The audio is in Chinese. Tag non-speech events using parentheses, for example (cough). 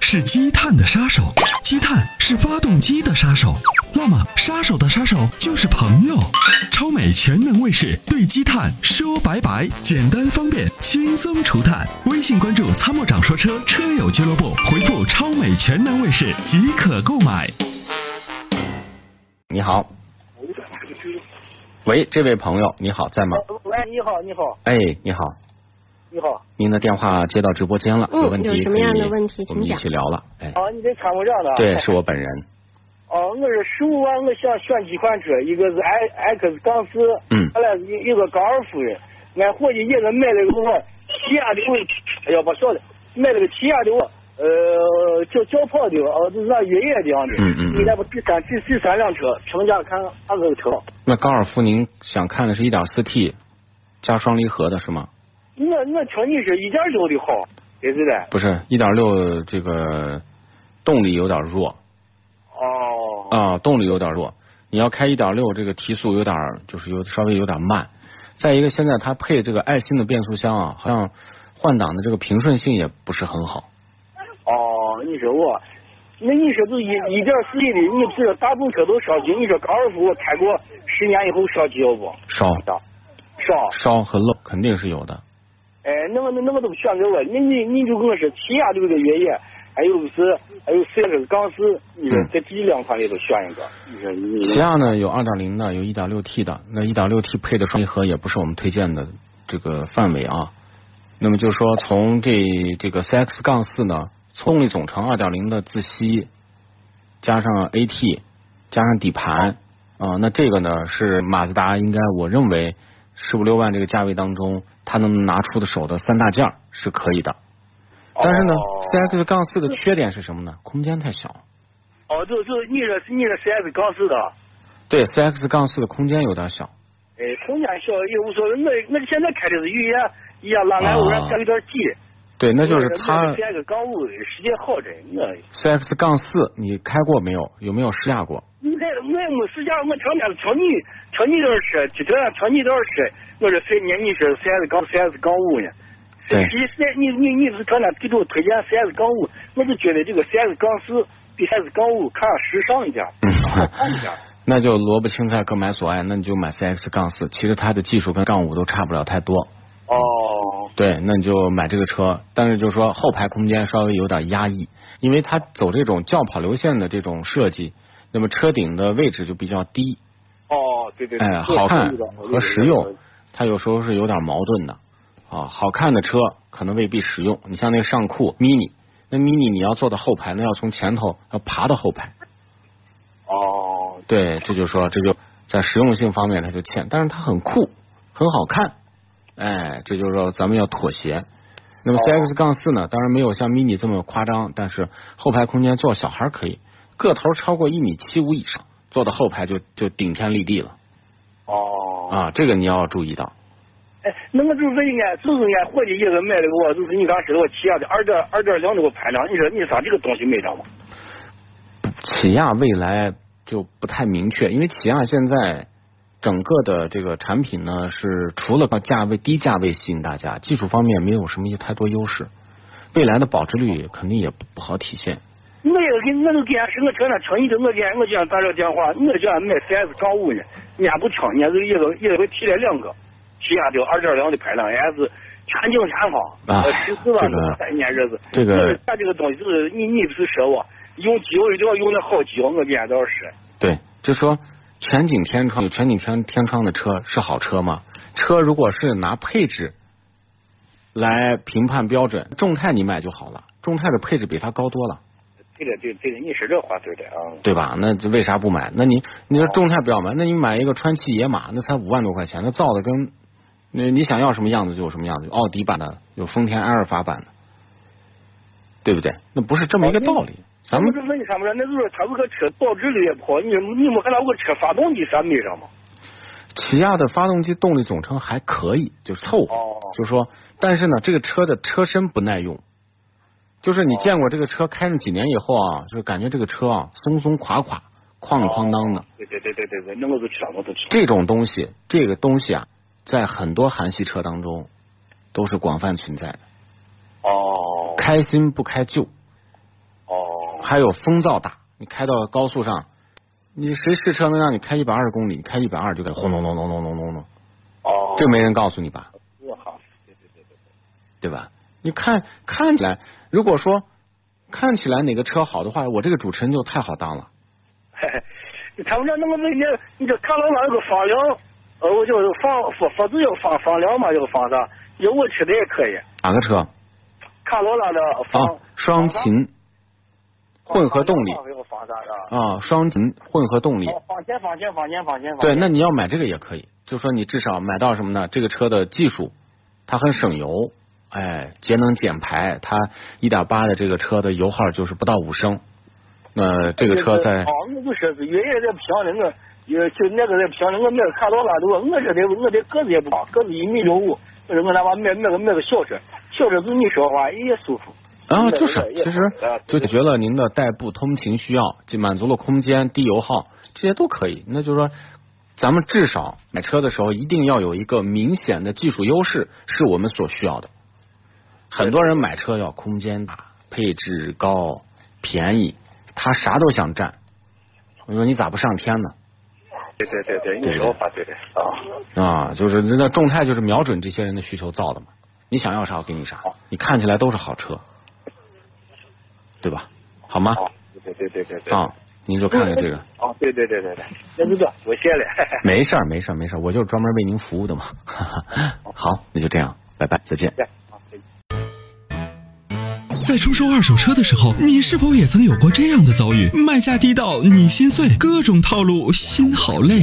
是积碳的杀手，积碳是发动机的杀手。那么，杀手的杀手就是朋友。超美全能卫士对积碳说拜拜，简单方便，轻松除碳。微信关注“参谋长说车”车友俱乐部，回复“超美全能卫士”即可购买。你好，喂，这位朋友，你好，在吗？哦 (laughs) 喂，你好，你好，哎，你好，你好，您的电话接到直播间了，嗯有问题有什么可以样的问题我请们一讲哦起聊了。哎，啊，你在参谋长呢？对，是我本人。哦，我是十五万，我想选几款车，一个是 i x 杠四，嗯完了一个高尔夫，俺伙计也是买了个我起亚的我，哎呀不晓得，买了个起亚的我，呃，轿轿跑的，哦，就是那越野的样的，嗯嗯嗯你那不这三这这三辆车，评价看看个车，那高尔夫您想看的是 1.4T 加双离合的是吗？我我听你是一点六的好，真是的，不是1.6这个动力有点弱哦，啊，动力有点弱。你要开1.6这个提速有点就是有稍微有点慢。再一个，现在它配这个爱信的变速箱啊，好像换挡的这个平顺性也不是很好。哦，你说我，那你说就一一点四 T 的，你不是大众车都烧机，你说高尔夫我开过十年以后烧机要不？烧烧，烧。烧和漏肯定是有的。哎，那么那那么都不选给我，你你你就跟我说起亚六的越野，还有是还有四个杠四，你说嗯在这两款里头选一个，你说你起亚呢有2.0的，有 1.6T 的，那 1.6T 配的双离合也不是我们推荐的这个范围啊。那么就是说从这这个 CX 杠四呢，动力总成2.0的自吸，加上 AT，加上底盘啊、那这个呢是马自达应该我认为十五六万这个价位当中，它能拿出的手的三大件儿是可以的。但是呢哦，CX 杠四的缺点是什么呢？空间太小。哦，就就你说你说 CS 杠四的，对，CX 杠四的空间有点小。哎，空间小也无所谓，我我现在开的是越野，一样拉来我让开有点挤，对，啊那就是它 CS 杠五时间好着，我。 CX 杠四，你开过没有？有没有试驾过？我我没试驾，我成天瞧你瞧你这车，就这样瞧你这车，我这谁呢？你说 CS 杠 CS 杠五呢？对谁谁你你你是成天给我推荐 CS 杠五，我就觉得这个 CS 杠四比 CS 杠五看上时尚一点，嗯好看一点。那就萝卜青菜各买所爱，那你就买 CX 杠四。其实它的技术跟杠五都差不了太多。哦，对，那你就买这个车，但是就是说后排空间稍微有点压抑，因为它走这种轿跑流线的这种设计，那么车顶的位置就比较低，哦，对对对，哎，好看和实用，它有时候是有点矛盾的。啊，好看的车可能未必实用。你像那尚酷 mini，那 mini 你要坐到后排，那要从前头要爬到后排。哦，对，这就说这就在实用性方面它就欠，但是它很酷，很好看，哎，这就是说咱们要妥协。那么哦 CX 杠四呢，当然没有像 mini 这么夸张，但是后排空间坐小孩可以，个头超过一米七五以上，坐到后排就就顶天立地了哦，啊，这个你要注意到。哎，那我就是问俺，就是俺伙计也是买了个，就是你刚说的我起亚的二点二点零的个排量，你说你啥这个东西买着吗？起亚未来就不太明确，因为起亚现在整个的这个产品呢，是除了靠价位低价位吸引大家，技术方面没有什么太多优势，未来的保值率肯定也不不好体现。我也给，我都给俺说，我成天听你的，我给俺，我叫俺打这电话，我叫俺买 CS 杠五呢，人家不听，人家就一个一个给提了两个，起亚的二点零的排量，人家是全景全方，啊呃，十四万这个三年日子，这个我说俺这个东西是，你你不是说我用机油一定要用那好机油，我给俺倒是说，对，就说全景天窗有全景天天窗的车是好车吗？车如果是拿配置来评判标准，众泰你买就好了，众泰的配置比它高多了。对的对对的，你说这话对的啊，对吧？那这为啥不买？那你你说众泰不要买，那你买一个川崎野马，那才五万多块钱，那造的跟那你想要什么样子就有什么样子，有奥迪版的，有丰田埃尔法版的，对不对？那不是这么一个道理。咱们就问他们说，那就是他们个车保值率也不好，你你没看到我车发动机啥没上吗？起亚的发动机动力总成还可以，就凑合。哦就说，但是呢，这个车的车身不耐用，就是你见过这个车开了几年以后啊，就是感觉这个车啊松松垮垮、哐里哐当的。对对对对对对，那我都知道，我都知道。这种东西，这个东西啊，在很多韩系车当中都是广泛存在的。哦，开新不开旧，还有风噪大，你开到高速上，你谁试车能让你开一百二十公里？你开一百二就给轰隆隆隆隆隆隆隆，哦，这没人告诉你吧？我 (laughs) 靠，对对对对，对吧？你看看起来，如果说看起来哪个车好的话，我这个主持人就太好当了。嘿嘿，他们家那个那些，你这看老板有个房梁，呃，我就是房房房子有房房梁嘛，有个房子，有我吃的也可以。哪个车看老板的房、啊？双擎混合动力房梁有个房子啊，啊，双擎混合动力。哦房间房间房间房间房间。对，那你要买这个也可以，就说你至少买到什么呢？这个车的技术，它很省油，哎，节能减排，它一点八的这个车的油耗就是不到五升。那这个车在哦，我就说是原来在平的我，也就那个在平的我买个卡罗拉的话，我这得我这个子也不高，个子一米六五，我说我哪怕买买个买个小车，小车子你说话也舒服。啊，嗯就是，也其实啊就解对决了您的代步通勤需要，就满足了空间、低油耗，这些都可以。那就是说，咱们至少买车的时候一定要有一个明显的技术优势，是我们所需要的。很多人买车要空间大、配置高、便宜，他啥都想占。我说你咋不上天呢？对对对对，对你说话对的啊。啊，就是那众泰就是瞄准这些人的需求造的嘛。你想要啥，我给你啥。你看起来都是好车，对吧？好吗？好，哦对对对对对。啊，您就看看这个，啊，对对对对对，那就这，我谢了。 (laughs) 没事儿，没事儿，没事儿，我就是专门为您服务的嘛。 (laughs) 好，那就这样，拜拜，再见。对好再见在出售二手车的时候，你是否也曾有过这样的遭遇？卖价低到你心碎，各种套路，心好累。